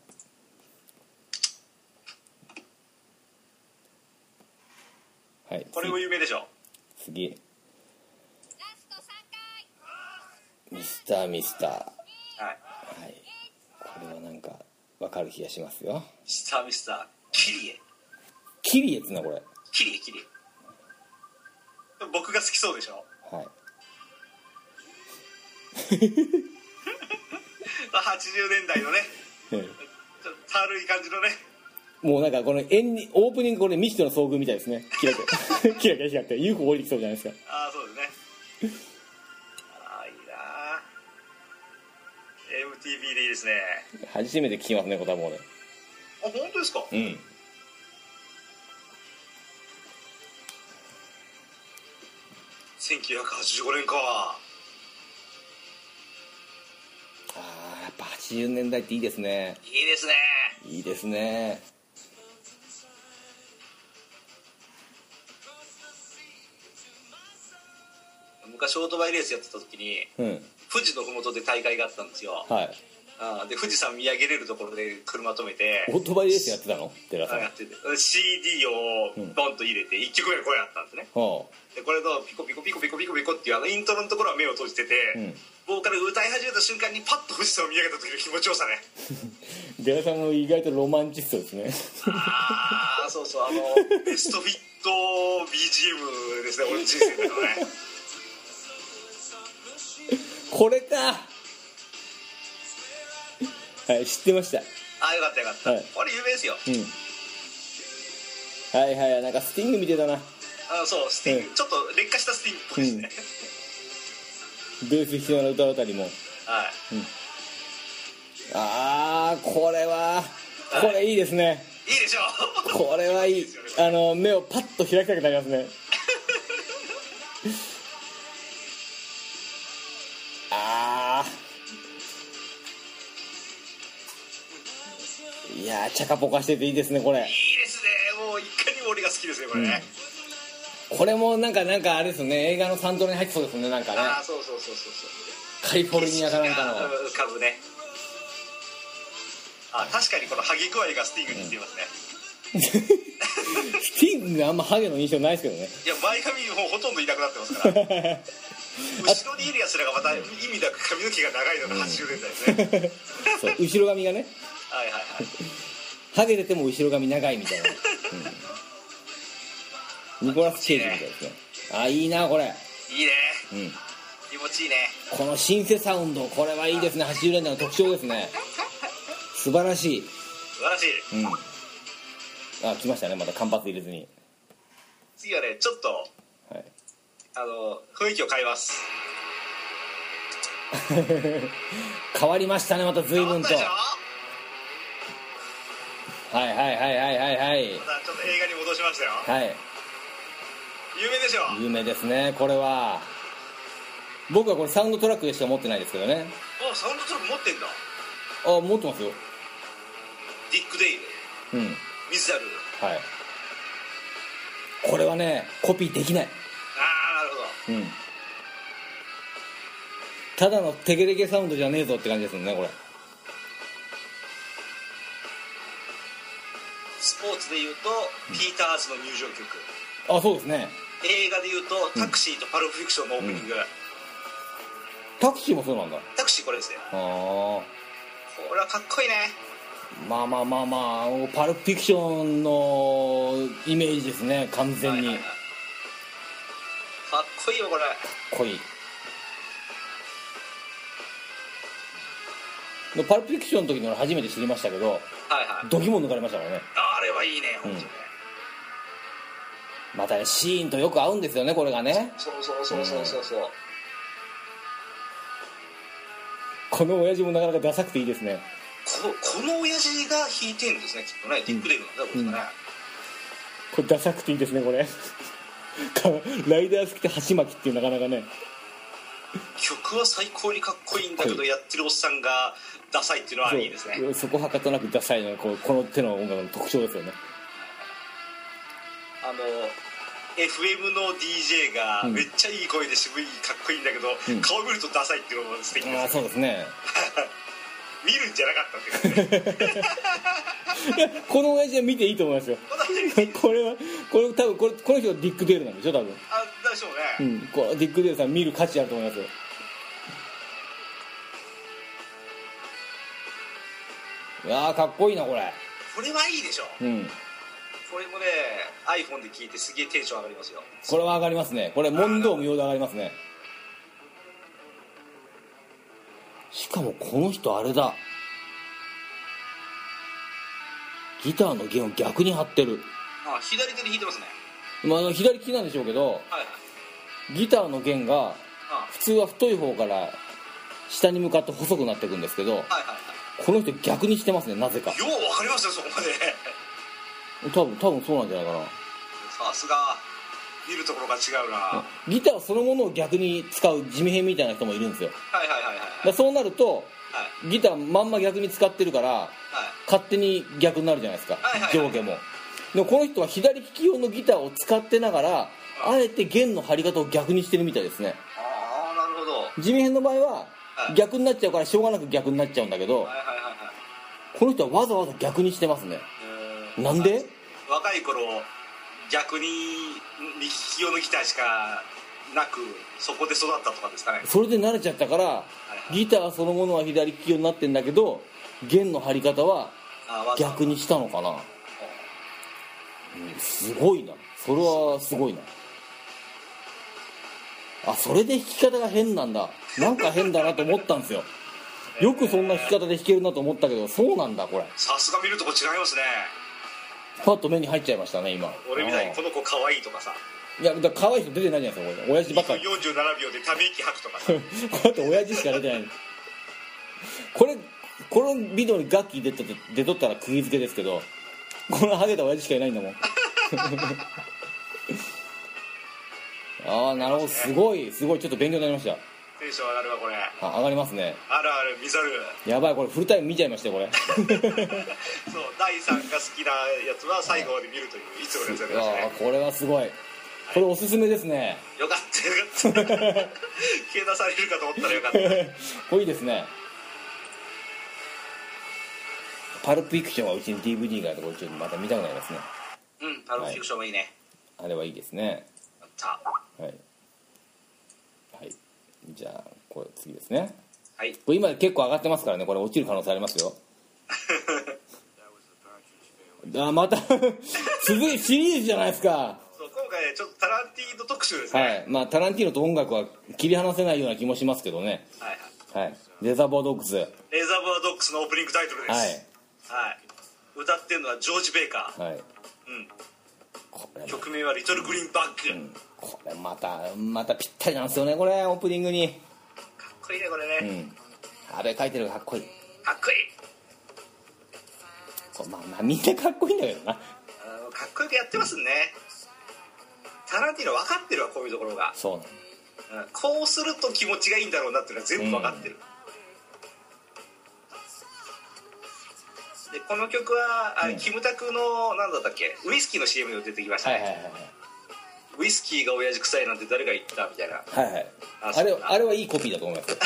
はいこれも有名でしょ次ミスターミスターはいはいこれはなんかわかる気がしますよミスターミスターキリエキリエツなこれキリエキリエ僕が好きそうでしょはいまあ80年代のねちょっとたるい感じのねもうなんかこのエンディオープニングこれ未知との遭遇みたいですねキラキ <laughs> ラキラキラ光って UFO 降りてきそうじゃないですかああそうですねああいいなー MTV でいいですね初めて聞きますねこれはもうねあ本当ですかうん1985年かああやっぱ80年代っていいですねいいですねいいですね昔オートバイレースやってた時にうん富士の麓で大会があったんですよはいあーで富士山見上げれるところで車止めてオートバイレースやってたの寺さんやってて CD をボンと入れて1曲目がこれやったんですねはでこれとピコピコピコピコピコピコっていうあのイントロのところは目を閉じてて、んボーカルが歌い始めた瞬間にパッと富士山を見上げた時の気持ちよさ <laughs> ねあ寺さんも意外とロマンチストですねああそうそうあのベストフィット BGM ですね俺の人生の中のねこれかはい知ってましたああよかったよかった、はいこれ有名ですようんはいはいなんかスティング見てたなあのそうスティング、うちょっと劣化したスティングっぽいですね、ベース必要な歌あたりもはいああこれはこれいいですねいいでしょうこれはいいあの目をパッと開きたくなりますねああいやーチャカポカしてていいですねこれいいですねもういかにも俺が好きですねこれね、これもなんかなんかあれですね映画のサントラに入ってそうですねなんかねああそうそうそうそうそうカリフォルニアかなんかの <laughs> 浮かぶねあ確かにこのハゲ具合がスティングに似ていますね、スティングがあんまハゲの印象ないですけどねいや前髪もうほとんどいなくなってま <laughs> すから後ろにいるやつらがまた意味なく髪の毛が長いのが80年代ですね、そう後ろ髪がねはいはいはいハゲてても後ろ髪長いみたいな、うんニコラス・ケイジみたいですねあいいなこれ、いいねうん、気持ちいいねこのシンセサウンドこれはいいですね80年代の特徴ですね素晴らしい、素晴らしいうん、あ来ましたねまだ間髪入れずに、 <laughs> 次はねちょっとはい、あの雰囲気を変えます変わりましたねまた随変わっ分たとでしょはいはいはいはいはいはいまたちょっと映画に戻しましたよはい有名でしょ有名ですねこれは僕はこれサウンドトラックでしか持ってないですけどねおサウンドトラック持ってんだあ持ってますよディック・デイルうんミズダルはいこれはねコピーできないああなるほどうんただのテケテケサウンドじゃねえぞって感じですもんねこれスポーツで言うとピーターズの入場曲あそうですね映画で言うとタクシーとパルプフィクションのオープニング、タクシーもそうなんだあタクシーこれですねあこれはかっこいいねまあまあまあまあパルプフィクションのイメージですね完全に、はいはいはいかっこいいよこれ濃いのパルプフィクションの時に俺初めて知りましたけどはいはいドキも抜かれましたからねあれはいいね本当にね、またねシーンとよく合うんですよねこれがねそうそうそうそうそうそう、この親父もなかなかダサくていいですねここの親父が弾いてんですねきっとねディック・デイブなんだこれね、これダサくていいですねこれ <laughs> かライダー好きで鉢巻きっていうなかなかね曲は最高にかっこいいんだけど、はやってるおっさんがダサいっていうのはそういいですねそこはかとなくダサいのがこうこの手の音楽の特徴ですよねあの FM の DJ がうんめっちゃいい声で渋いかっこいいんだけど、うん顔見るとダサいっていうのも素敵ああですそうですね見るんじゃなかったっていうねいや <laughs> この親父は見ていいと思いますよこれはこれ多分これこの人がディック・デールなんでしょ多分あ大丈夫うね、んこれディック・デールさん見る価値あると思いますよいやーかっこいいなこれこれはいいでしょうんこれもね iPhone で聞いてすげえテンション上がりますよこれは上がりますねこれ問答無用で上がりますねしかもこの人あれだギターの弦を逆に張ってる、あ左手で弾いてますねまあ、あの左利きなんでしょうけどはいはいギターの弦があ普通は太い方から下に向かって細くなっていくんですけどはいはいこの人逆にしてますねなぜかはいようわかりましたよそこまで多分多分そうなんじゃないかなさすが見るところが違うな、はギターそのものを逆に使う地味編みたいな人もいるんですよだかいはいはいはいはいらそうなるとはいギターまんま逆に使ってるから勝手に逆になるじゃないですか、はいはい上下もでもこの人は左利き用のギターを使ってながらあえて弦の張り方を逆にしてるみたいですねああなるほどはい地味編の場合ははい逆になっちゃうからしょうがなく逆になっちゃうんだけどはいはいはいこの人はわざわざ逆にしてますねえーなんで若い頃逆に右利き用のギターしかなくそこで育ったとかですかねそれで慣れちゃったからいはいギターそのものは左利き用になってんだけど弦の張り方はあわざ逆にしたのかな、うん、すごいなそれはすごいなあそれで弾き方が変なんだなんか変だなと思ったんですよよくそんな弾き方で弾けるなと思ったけどそうなんだこれさすが見るとこ違いますねパッと目に入っちゃいましたね今俺みたいにあこの子可愛いとかさーいやだから可愛い人出てないじゃないですかこれ親父ば2っか分り47秒でため息吐く <laughs> とかさこうやって親父しか出てないこれこのビデオにガッキー出と出とったら釘付けですけどこのハゲた親父しかいないんだ <laughs> もんああなるほどすごいすごいちょっと勉強になりましテンション上がるわこれあたあ上がりますねるある見ざるやばいこれフルタイム見ちゃいましたよこれそう第3が好きなやつは最後まで見るといういつものやつやりましたああねこれはすごいこれおすすめですね <laughs> よかったよかったけなされるかと思ったらよかったこれいいですねパルプフィクションはうちに DVD があるとこれちょっとまた見たくなりますねうんパルプフィクションもいいねあれはいいですねやったはい、はい、じゃあこれ次ですねはいこれ今結構上がってますからねこれ落ちる可能性あります <laughs> よあまた <laughs> すごいシリーズじゃないですかそう今回ちょっとタランティーノ特集ですね、はいまあタランティーノと音楽は切り離せないような気もしますけどねはいはいはいレザーボードックスはレザーバードッグスのオープニングタイトルです、はい歌ってるのはジョージ・ベイカいはいー、うん、これ曲名は「リトル・グリーンバッグ」これまたまたぴったりなんですよねこれオープニングにかっこいいねこれうね、ん阿部書いてるがかっこいいかっこいいこれまあまあみんなかっこいいんだけどなあのかっこよくやってますねタランティーノ分かってるわこういうところが、そうなのうん、こうすると気持ちがいいんだろうなっていうのは全部分かってる、でこの曲はあれうんキムタクの何だったっけウイスキーの CM に出てきましたはね、いはいはいはいウイスキーが親父臭いなんて誰が言ったみたいなはいはいああれそうだあれはいいコピーだと思いますよ、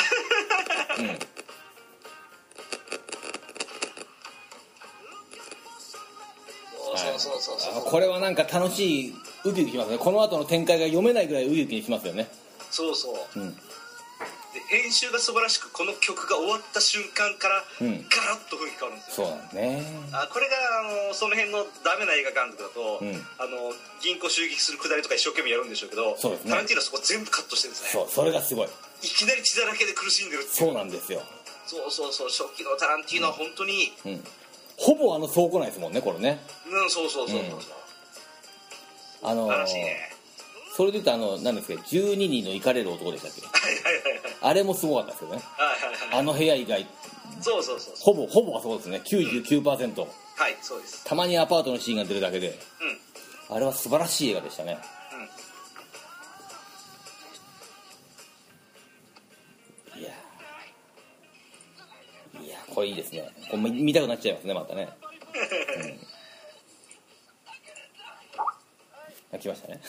そうそうそうそううん、あこれはなんか楽しいウキウキしますねこの後の展開が読めないぐらいウキウキにしますよねそうそううんで編集が素晴らしくこの曲が終わった瞬間からうガんラッと雰囲気変わるんですそよ、うなんねあこれがあのその辺のダメな映画監督だと、うんあの銀行襲撃するくだりとか一生懸命やるんでしょうけどそうですねタランティーノはそこ全部カットしてるんですねそうそれがすごいいきなり血だらけで苦しんでるっていうそうなんですよそうそうそう初期のタランティーノは本当にうん、ほぼあの倉庫内ですもんねこれねうんそうそうそうそうそう、あの素ー晴らしいねそれで言うとあの何ですか12人の行かれる男でしたっけはいはいはいあれもすごかったですけどねはいはいはあの部屋以外いそうそうそうそうほぼほぼがそうですね99%はいそうですたまにアパートのシーンが出るだけでうんうんあれは素晴らしい映画でしたねいやーいやこれいいですねこれ見見たくなっちゃいますねまたね、うん、あ来ま <laughs> したね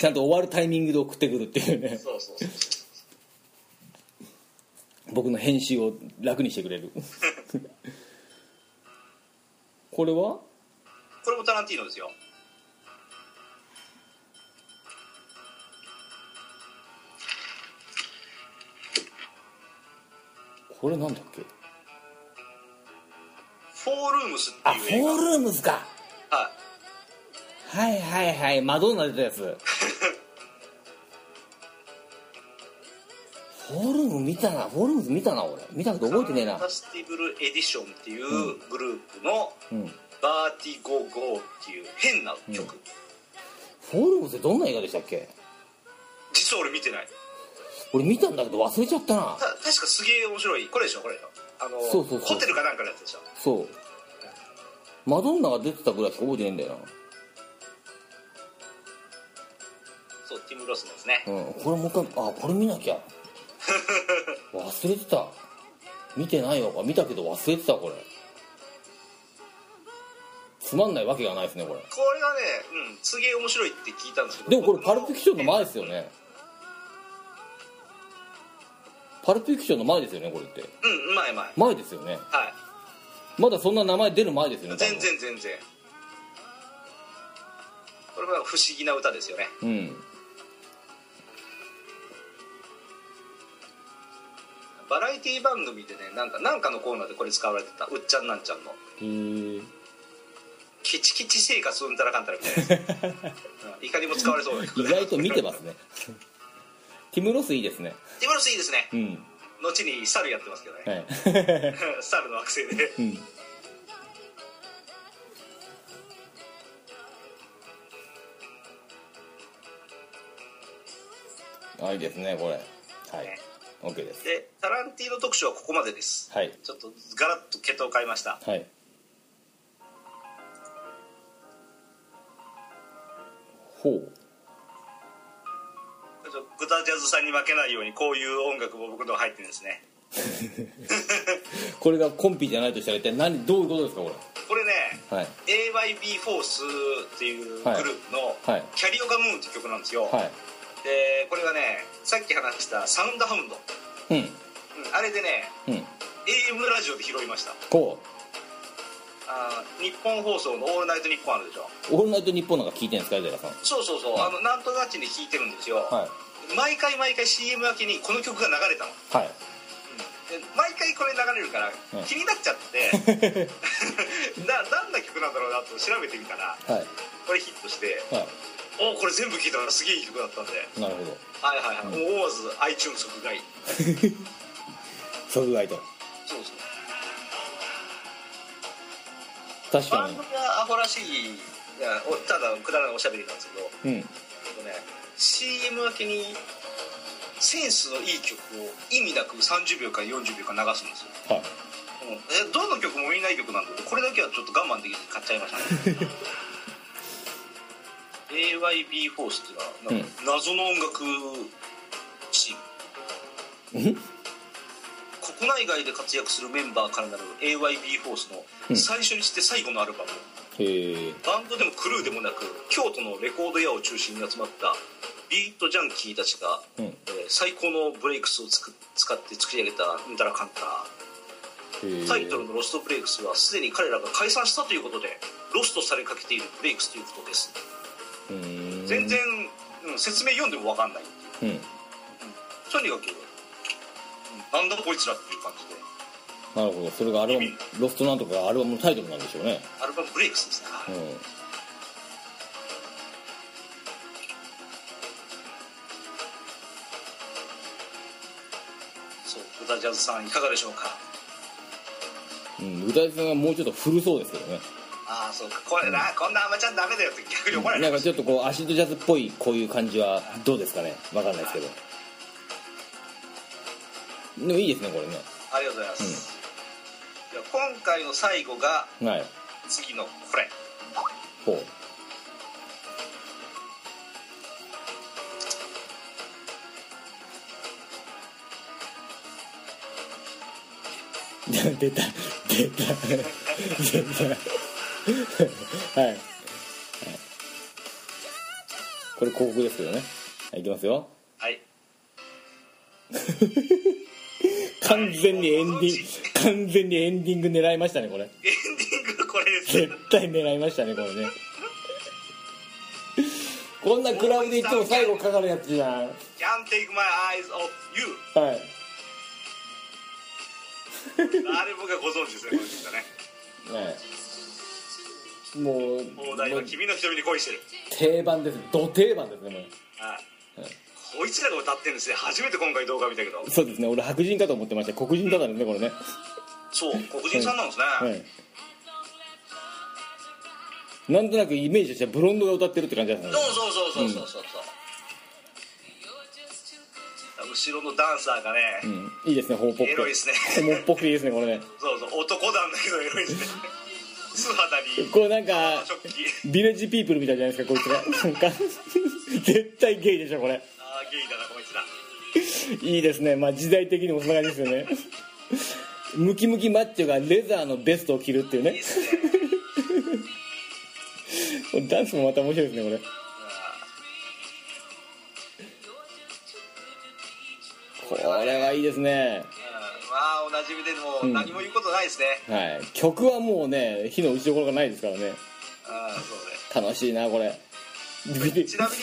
ちゃんと終わるタイミングで送ってくるっていうねそうそうそう僕の編集を楽にしてくれ <laughs> るこれはこれもタランティーノですよこれなんだっけフォールームスあっフていう映ォ画ールームズかはいはいはいはいマドンナ出たやつフォールーム見たなフォールームズ見たな俺見たけど覚えてねえなファンタスティブル・エディションっていうグループのうん「バーティゴ・ゴー」っていう変な曲、フォールームズってどんな映画でしたっけ実は俺見てない俺見たんだけど忘れちゃったなた確かすげえ面白いこれでしょこれでしょあのそうそうそうホテルかなんかのやつでしょそうマドンナが出てたぐらいしか覚えてねえんだよそうティム・ロスのですね、なうんこれもう一回あこれ見なきゃ忘れてた見てないのか見たけど忘れてたこれつまんないわけがないですねこれこれがねうんすげえ面白いって聞いたんですけどでもこれパルプフィクションの前ですよねパルプフィクションの前ですよねこれってうん前前前ですよねはまだそんな名前出る前ですよねい多分全然全然これもなんか不思議な歌ですよねうんバラエティ番組でねなんかなんかのコーナーでこれ使われてたうっちゃんなんちゃんのへえケチケチ生活うんたらかんたらみたいなや <laughs> つうんいかにも使われそうだけ意ど外と見てますねティム・ロスいいですねティムロスいいですねうん後に猿やってますけどね、はい <laughs> 猿の惑星でうんあいいですねこれはい OK ですでタランティーノ特集はここまでですはいちょっとガラッと系統を変えましたはいほうちょっとグタジャズさんに負けないようにこういう音楽も僕の入ってるんですねこれがコンピじゃないとしたら一体何どういうことですかここれねれはい AYB フォースっていうグループのはい「キャリオガムーン」って曲なんですよ、はいでこれがねさっき話したサウンドハウンド、うんうんあれでねうん AM ラジオで拾いましたこあー日本放送の「オールナイトニッポン」あるでしょう「オールナイトニッポン」なんか聞いてるんですか江寺さんそうそうそう、あのなんとなちに聴いてるんですよ、はい毎回毎回 CM 明けにこの曲が流れたのはいで毎回これ流れるからうん気になっちゃ <laughs> って、な何の曲なんだろうなと調べてみたらはいこれヒットしてはいおこれ全部聴いたらすげえいい曲だったんでなるほどはいはいはい、もう思わず iTunes 即買い即買いとそうそう確番か組はアホらしいいやおただのくだらないおしゃべりなんですけど、にうんえっとね、CM 明けにセンスのいい曲を意味なく30秒から40秒間流すんですはよ、いうんえどの曲もみんないい曲なんだけどこれだけはちょっと我慢できず買っちゃいましたね <laughs> AYB フォースっていうのはなんか謎の音楽チーム国内外で活躍するメンバーからなる AYB フォースの最初にして最後のアルバム、へえバンドでもクルーでもなく京都のレコード屋を中心に集まったビートジャンキーたちが、うんえー最高のブレイクスをつく使って作り上げた「うんだらかんた」タイトルの「ロストブレイクス」はすでに彼らが解散したということでロストされかけているブレイクスということです全然、うん、説明読んでも分かんないうんとにかく、うん、なんだこいつらっていう感じでなるほどそれがアルバム「ロストなんとか」がアルバムのタイトルなんでしょうねアルバム「ブレイクス」ですね、うんそうブタジャズさんいかがでしょうかうん、歌い手さんはもうちょっと古そうですけどねああそうかこれなこんな甘ちゃんダメだよって逆に怒られなんるかちょっとこうアシッドジャズっぽいこういう感じはどうですかねわかんないですけどでもいいですねこれねありがとうございます、では今回の最後がはい次のこれ <laughs> ほう <laughs> 出た出た出たはい、はい、これ広告ですけどねはいいきますよはい完全にエンディング完全にエンディング狙いましたねこれエンディングこれです絶対狙いましたねこれねこんなクラブでいつも最後かかるやつじゃんは Can't take my eyes off you いあれ僕がご存知ですねこれですねねえもう放題もはう君の瞳に恋してる定番ですど定番ですねもうはいはいこいつらが歌ってるんですね初めて今回動画見たけどそうですね俺白人かと思ってました黒人だったんですねこれね、そう黒人さんなんですね、はい、なんとなくイメージとしてはブロンドが歌ってるって感じだったんですそうそうそうそうそうそうそう、後ろのダンサーがね、うん、いいですねホモっぽくてエロいですねホモっぽくていいですねこれねそうそう男なんだけどエロいですね素肌にこれなんか食器ビレッジピープルみたいじゃないですかこいつがなんか絶対ゲイでしょこれああゲイだなこいつらいいですねまあ時代的にもそんな感じですよねムキムキマッチョがレザーのベストを着るっていういいねっすねこれダンスもまた面白いですねこれこれはいいですねうんまあおなじみでもう何も言うことないですね、はい曲はもうね火の打ちどころがないですからねああそうね楽しいなこれちなみに言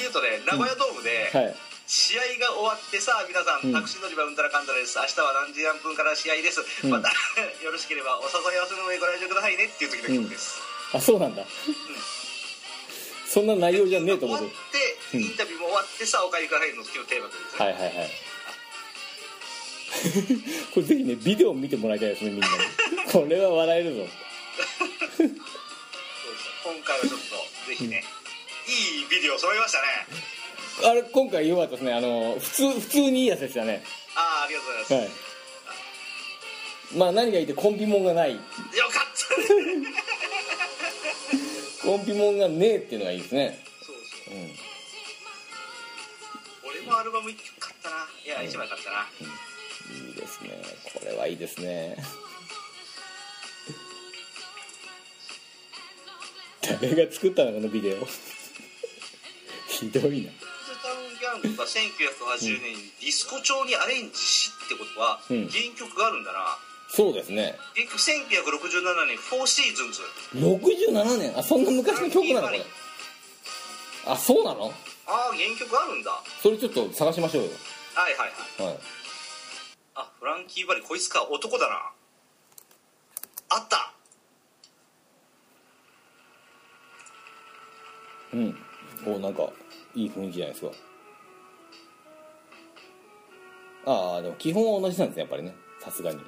うとね名古屋ドームで、はい試合が終わってさあ皆さんタクシー乗り場うんたらかんたらです明日は何時何分から試合です、んまた <laughs> よろしければお誘い合わせの上ご来場くださいねっていう時の曲です、あそうなんだそんな内容じゃねえと終思わうっけどてインタビューも終わってさあお帰りくださいの時のテーマとですね、はいはいはい <laughs> これぜひねビデオ見てもらいたいですねみんなにこれは笑えるぞそうですね今回はちょっとぜひね、いいビデオ揃いましたねあれ今回良かったですねあの普通普通にいいやつでしたねああありがとうございます、はいまあ何がいいってコンピモンがないよかったです <laughs> ねコンピモンがねえっていうのがいいですねそうそううん俺もアルバム1曲買ったないや1枚買ったな、いいですねこれはいいですね <laughs> 誰が作ったのこのビデオ <laughs> ひどいなスタン・ギャングが1980年にディスコ調にアレンジしってことはうん原曲があるんだなそうですね原曲1967年「フォーシーズンズ67年あそんな昔の曲なのこれあそうなの」ああ原曲あるんだはそれちょっと探しましょうよいはいはいはいあフランキー・バリこいつか男だなあったうんおなんかいい雰囲気じゃないですかああでも基本は同じなんですねやっぱりねさすがに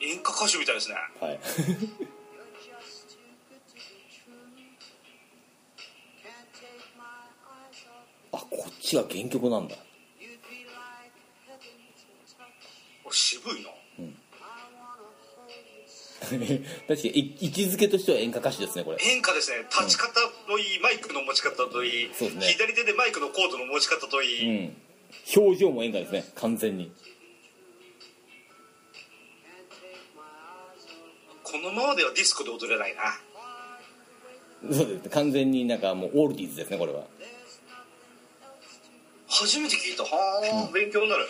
演歌歌手みたいですねはい <laughs> あこっちが原曲なんだお渋いな <laughs> 確かにい位置づけとしては演歌歌手ですねこれ演歌ですね立ち方のいいマイクの持ち方といい、そうですね左手でマイクのコードの持ち方とういい、ん表情も演歌ですね完全にこのままではディスコで踊れないなそうですね完全になんかもうオールディーズですねこれは初めて聞いたはあ、勉強になる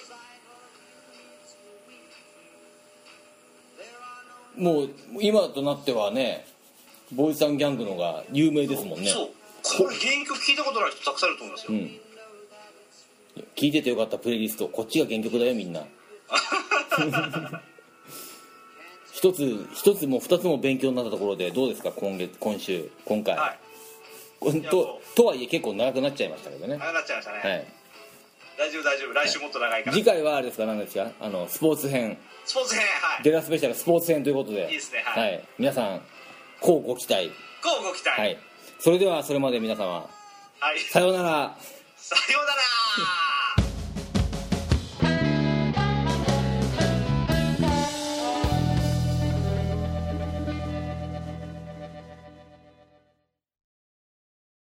もう今となってはねボーイズギャングのが有名ですもんねそうこれ原曲聞いたことない人たくさんいると思いますうよ、ん聞いててよかったプレイリストこっちが原曲だよみんな <laughs> 一つ一つも二つも勉強になったところでどうですか今月今週今回、はいこんととはいえ結構長くなっちゃいましたけどねああなっちゃいましたね、はい大丈夫大丈夫来週もっと長いから次回はあれですか何ですかあのスポーツ編スポーツ編はいデラスペシャルスポーツ編ということでいいですねはい皆さん乞うご期待乞うご期待はいそれではそれまで皆様はい、さようならさようなら